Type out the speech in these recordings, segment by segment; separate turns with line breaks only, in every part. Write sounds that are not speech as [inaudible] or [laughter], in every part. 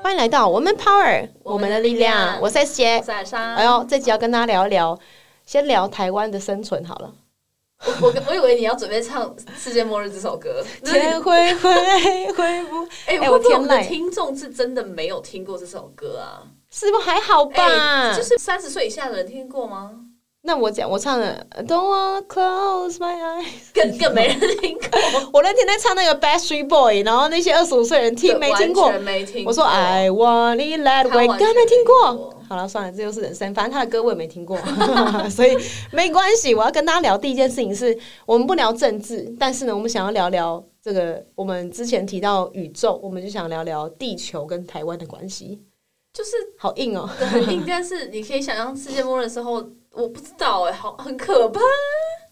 欢迎来到我们 Power 我
我们的
们的力量，
力量
我是 S 杰。
闪莎，
哎呦，这集要跟大家聊一聊，先聊台湾的生存好了。
我我我以为你要准备唱《世界末日》这首歌，
天灰灰灰不
哎、
哎
我
我
天
天
我们的
籁
听众是真的没有听过这首歌啊？哎
是不还好吧？
就是三十岁以下的人听过吗？
那我讲，我唱的 I Don't wanna close my eyes。
更更
[laughs]
没人听过，
我那天在唱那个 Backstreet Boy，然后那些二十五岁人听没听过
完？全没听过。
我说哎 I want it that
他
way，刚
完全
没听
没
过
听过。
好了，算了，这就是人生。反正他的歌我也没听
[laughs]
过，所以没关系。我要跟大家聊第一件事情是，我们不聊政治，但是呢，我们想要聊聊这个。我们之前提到宇宙，我们就想聊聊地球跟台湾的关系。
就是
好硬哦、
很硬，但是你可以想象世界末日的时候，我不知道哎、好很可怕。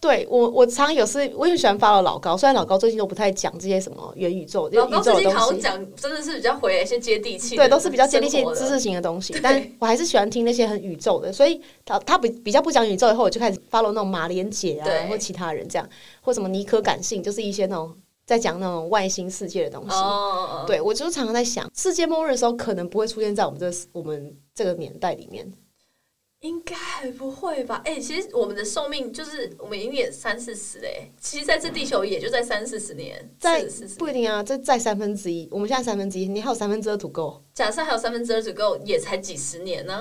对我，我常有时我也喜欢发了老高，虽然老高最近都不太讲这些什么元宇宙、
老
宇
高
宙
最
的
近好
东
像
西。
讲真的是比较回来一些接地气
对，
的生活的，
都是比较接地气知识型的东西
对，
但我还是喜欢听那些很宇宙的，所以他他比比较不讲宇宙以后，我就开始 follow 那种马莲姐啊，
对
或其他人这样，或什么尼可感性，就是一些那种在讲那种外星世界的东西。
哦，
对我就常常在想，世界末日的时候可能不会出现在我们这个我们这个年代里面，
应该不会吧？哎、其实我们的寿命就是我们已经也三四十嘞，其实在这地球也就在三四十年，
在
四十
不一。定啊，这再三分之一，我们现在三分之一，你还有三分之二土够。
假设还有三分之二左右，也才几十年呢、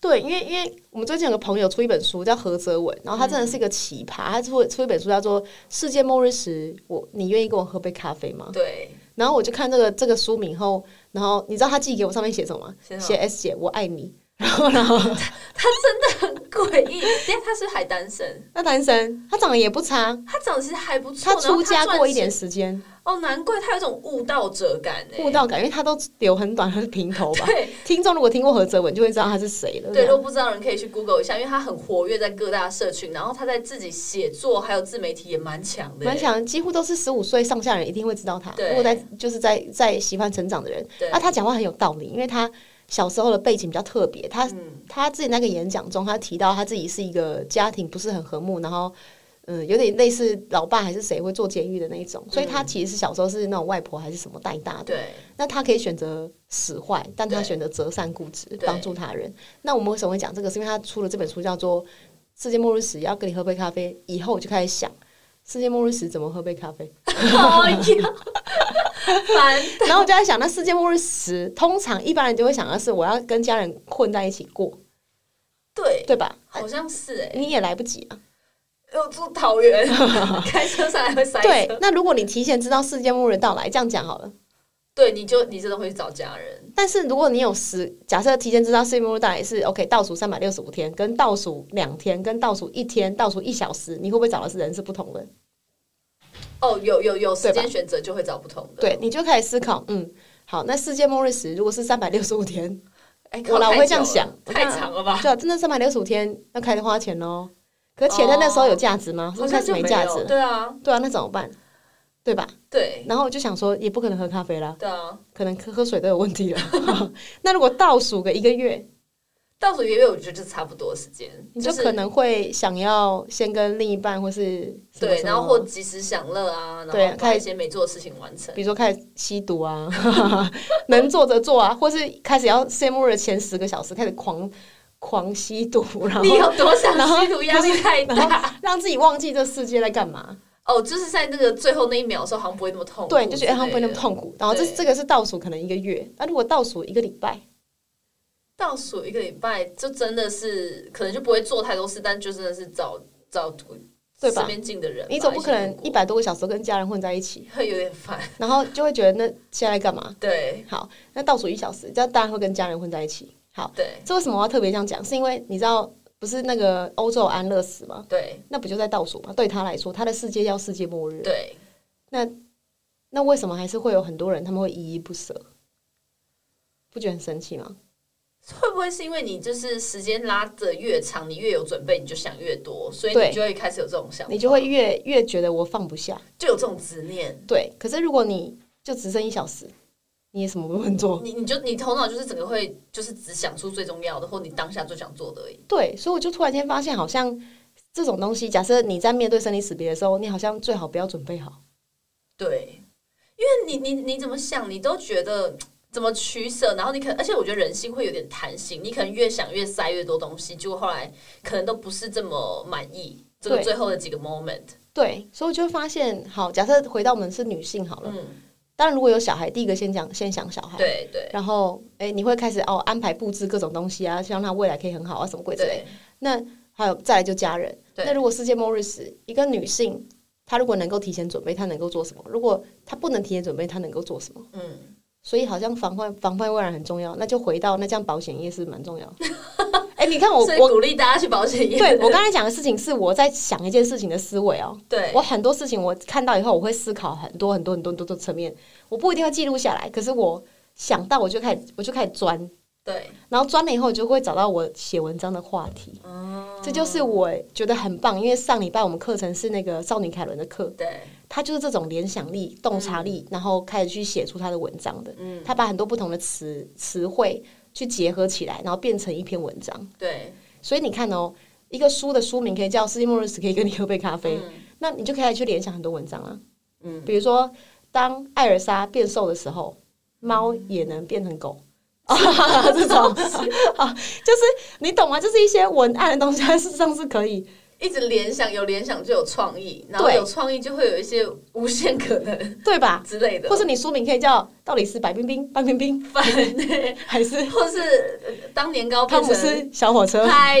对，因为因为我们最近有个朋友出一本书叫何泽文，然后他真的是一个
嗯
奇葩，他出出一本书叫做《世界末日时，我你愿意跟我喝杯咖啡吗》？ [laughs]
对，
然后我就看这个这个书名后，然后你知道他寄给我上面写什么吗？
写什么
写 S 姐我爱你，然后然后
很诡异。等一下他是还单身，
那男生他长得也不差，
他长得其实还不错，
他
然
出
后
家
赚
过一点
钱
时间，
哦，难怪他有一种悟道者感哎、
悟道感，因为他都留很短，他是平头吧。
对
听众如果听过何泽文，就会知道他是谁了。这
对，如
样
果不知道的人可以去 Google 一下，因为他很活跃在各大社群，然后他在自己写作还有自媒体也蛮强的、
蛮。想几乎都是十五岁上下人一定会知道他。
对
如果在就是在在喜欢成长的人，
对
那、他讲话很有道理，因为他小时候的背景比较特别。他、
嗯
他自己那个演讲中，他提到他自己是一个家庭不是很和睦，然后嗯，有点类似老爸还是谁会坐监狱的那一
嗯
种，所以他其实是小时候是那种外婆还是什么带大的。
对， [laughs]
那他可以选择使坏，但他
对
选择择善固执，
对
帮助他人。那我们为什么会讲这个？是因为他出了这本书，叫做《世界末日时要跟你喝杯咖啡》。以后我就开始想，世界末日时怎么喝杯咖啡？
好哎呀， [laughs] 烦
[laughs] 然后我就在想，那世界末日时，通常一般人就会想的是，我要跟家人混在一起过，
对，
对吧？
好像是哎、
你也来不及啊。
又住
[laughs]
桃园，开车上来会塞
对
车。，
那如果你提前知道世界末日到来，这样讲好了。
对，你就你真的会去找家人，
但是如果你有十，假设提前知道世界末日到来是 OK，倒数三百六十五天，跟倒数两天，跟倒数一天，倒数一小时，你会不会找的是人是不同的？
哦，有有有时
对
间选择就会找不同的。
对，你就开始思考，嗯，好，那世界末日时如果是三百六十五天，
哎，
我啦
靠
我会这样
太久了
想我
太
看
长了吧？
就真的三百六十五天要开始花钱喽。可钱在那时候有价值吗？
好
开
像
始
就
没
没
价
有
值。
对啊，
对啊，那怎么办？对吧？
对
然后我就想说，也不可能喝咖啡啦，
对啊，
可能喝喝水都有问题了。 [laughs] 那如果倒数个一个月，
倒数一个月我觉得就差不多时间，
你就是可能会想要先跟另一半或是什么
对，
什么
然后或及时享乐啊，
对
然后
开
把一些没做的事情完成。
比如说开始吸毒啊， [laughs] 能做则做啊，或是开始要羡慕日的前十个小时开始狂狂吸毒，然后
你有多想
然后
吸毒？压力太
然后
大
让自己忘记这世界在干嘛。
哦，就是在那个最后那一秒的时候，好像不会那么痛苦之类
对，
的。
你就觉得哎他不会那么痛苦。然后这
对
这个是倒数可能一个月，那如果倒数一个礼拜，
倒数一个礼拜，就真的是可能就不会做太多事，但就真的是找找
对吧
身边近的人吧，
你总不可能一
一
百多个小时都跟家人混在一起，
起 [laughs] 会有点烦。
然后就会觉得那现在在干嘛？
对
好，那倒数一小时，这样当然会跟家人混在一起。好，
对
这为什么我要特别这样讲？是因为你知道不是那个欧洲有安乐死吗？
对
那不就在倒数吗？对他来说，他的世界要世界末日。
对，
那为什么还是会有很多人他们会依依不舍？不觉得很生气吗？
会不会是因为你就是时间拉得越长，你越有准备，你就想越多，所以
对
你就会开始有这种想法，
你就会越越觉得我放不下。
就有这种执念。
对，可是如果你就只剩一小时，你也什么都不能做。
你你就你头脑就是整个会就是只想出最重要的，或你当下最想做的而已。
对，所以我就突然间发现，好像这种东西，假设你在面对生离死别的时候，你好像最好不要准备好。
对，因为你你你怎么想，你都觉得怎么取舍，然后你可而且我觉得人性会有点贪心，你可能越想越塞越多东西，结果后来可能都不是这么满意。这个
对
最后的几个 moment，
对，所以我就发现，好，假设回到我们是女性好了，
嗯，
当然如果有小孩，第一个先讲先想小孩，
对对
然后哎、诶你会开始哦安排布置各种东西啊，希望他未来可以很好啊，什么鬼之类。
对，
那还有再来就家人，
对
那如果世界末日时，一个女性她如果能够提前准备，她能够做什么？如果她不能提前准备，她能够做什么？
嗯，
所以好像防患防范未然很重要，那就回到那这样保险业是蛮重要
[laughs]
的。哎、你看我
所以
我
鼓励大家去保险业。
对我刚才讲的事情是我在想一件事情的思维哦，
对
我很多事情我看到以后，我会思考很多很多很多很多的层面，我不一定会记录下来，可是我想到我就开始我就开始钻，
对，
然后钻了以后，我就会找到我写文章的话题。
哦，
这就是我觉得很棒，因为上礼拜我们课程是那个少女凯伦的课，
对，
她就是这种联想力、洞察力，然后开始去写出她的文章的。
嗯，
她把很多不同的词词汇去结合起来，然后变成一篇文章。
对，
所以你看哦，一个书的书名可以叫《世界末日时可以跟你喝杯咖啡》，
嗯
那你就可以去联想很多文章啊。
嗯，
比如说，当艾尔莎变瘦的时候，猫也能变成狗。 [laughs] 这种啊，就是你懂吗？就是一些文案的东西，它事实上是可以
一直联想，有联想就有创意，然后
对
有创意就会有一些无限可能 [laughs]
对吧？
之类的，
或是你书名可以叫“到底是白冰冰、范冰
[laughs]
冰，
反对，
还是
或是呃当年糕
汤
变
姆
成。
斯小火车
嗨，哎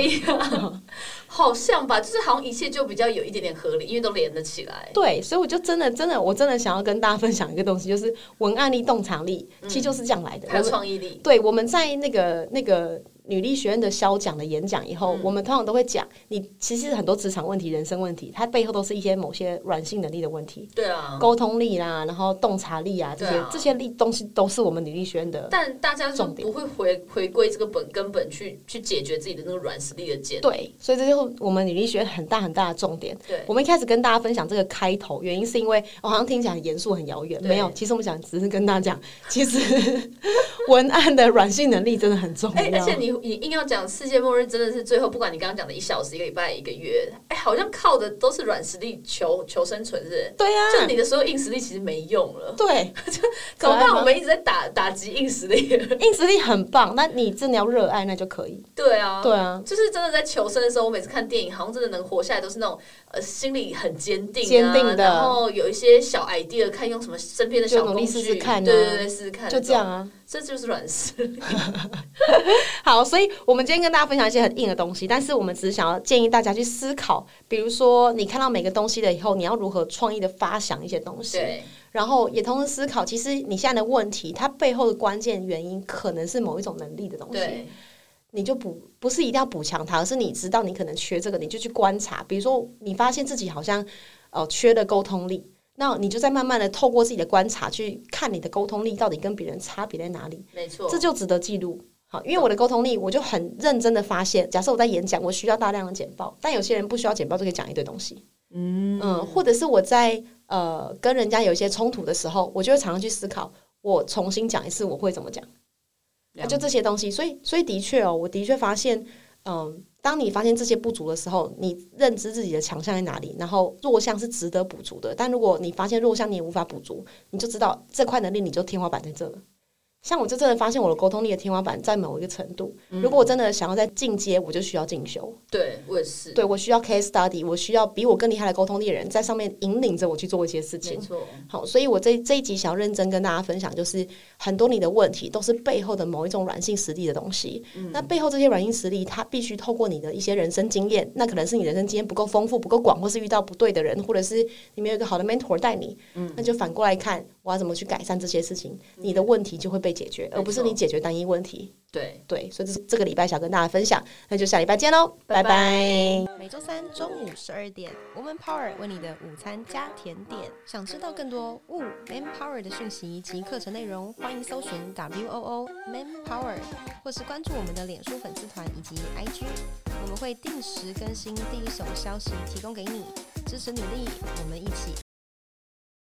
好像吧，就是好像一切就比较有一点点合理，因为都连得起”？来。
对，所以我就真的真的我真的想要跟大家分享一个东西，就是文案力、洞察力，其实就是这样来的。
还有
我们
创意力，
对，我们在那个那个女力学院的肖讲的演讲以后，
嗯
我们通常都会讲，你其实很多职场问题、人生问题，它背后都是一些某些软性能力的问题，
对啊。
沟通力啦，然后洞察力啊，这些、
对啊
这些力东西都是我们女力学院的。
但大家就
重点
不会回回归这个本根本去去解决自己的那个软实力的建
对，所以这就是我们女力学院很大很大的重点。
对
我们一开始跟大家分享这个开头，原因是因为我、哦好像听起来很严肃、很遥远，
对
没有。其实我们想只是跟大家讲，其实 [laughs] 文案的软性能力真的很重要。
哎、而且你你硬要讲世界末日，真的是最后不管你刚刚讲的一小时、一个礼拜、一个月，哎、好像靠的都是软实力求求生存，是不是？
对呀、
就你的所有硬实力其实没用了，
对，
[laughs] 怎
可
么
爱
办？
吗
我们一直在打打击硬实力。 [laughs]
[laughs] 硬实力很棒，但你真的要热爱，那就可以。
对啊，
对啊，
就是真的在求生的时候，我每次看电影，好像真的能活下来，都是那种呃心里很坚定、啊、
坚定的
然后有一些小 idea，看用什么身边的小
就努
工具，
力试试看啊
对对对，试试看，
就这样，啊。
这就是软实力。
好，所以我们今天跟大家分享一些很硬的东西，但是我们只是想要建议大家去思考，比如说你看到每个东西了以后，你要如何创意的发想一些东西，
对，
然后也同时思考，其实你现在的问题，它背后的关键原因可能是某一种能力的东西。
对，
你就补不是一定要补强它，而是你知道你可能缺这个，你就去观察。比如说，你发现自己好像呃缺了沟通力，那你就在慢慢的透过自己的观察去看你的沟通力到底跟别人差别在哪里，
没错
这，就值得记录。好，因为我的沟通力，我就很认真的发现，假设我在演讲，我需要大量的简报，但有些人不需要简报就可以讲一堆东西。嗯或者是我在呃跟人家有一些冲突的时候，我就会常常去思考，我重新讲一次我会怎么讲。啊
了
就这些东西。所以，所以的确哦，我的确发现，嗯、当你发现这些不足的时候，你认知自己的强项在哪里，然后弱项是值得补足的。但如果你发现弱项你也无法补足，你就知道这块能力你就天花板在这了。像我就真的发现我的沟通力的天花板在某一个程度，如果我真的想要再进阶，我就需要进修。
对我也是，
对我需要 case study，我需要比我更厉害的沟通力的人在上面引领着我去做一些事情
没。错，
好，所以我这这一集想要认真跟大家分享，就是很多你的问题都是背后的某一种软性实力的东西。
嗯
那背后这些软性实力，它必须透过你的一些人生经验，那可能是你人生经验不够丰富、不够广，或是遇到不对的人，或者是你没有一个好的 mentor 带你，
嗯
那就反过来看我要怎么去改善这些事情，你的问题就会被解决，而不是
没错
你解决单一问题。
对，
对，所以这是这个礼拜想跟大家分享，那就下礼拜见喽，
拜拜
拜拜
每周三中午十二点，Woman Power 为你的午餐加甜点。想知道更多 Wo Man Power 的讯息及课程内容，欢迎搜寻 W O O Man Power，或是关注我们的脸书粉丝团以及 IG，我们会定时更新第一手消息，提供给你支持努力，我们一起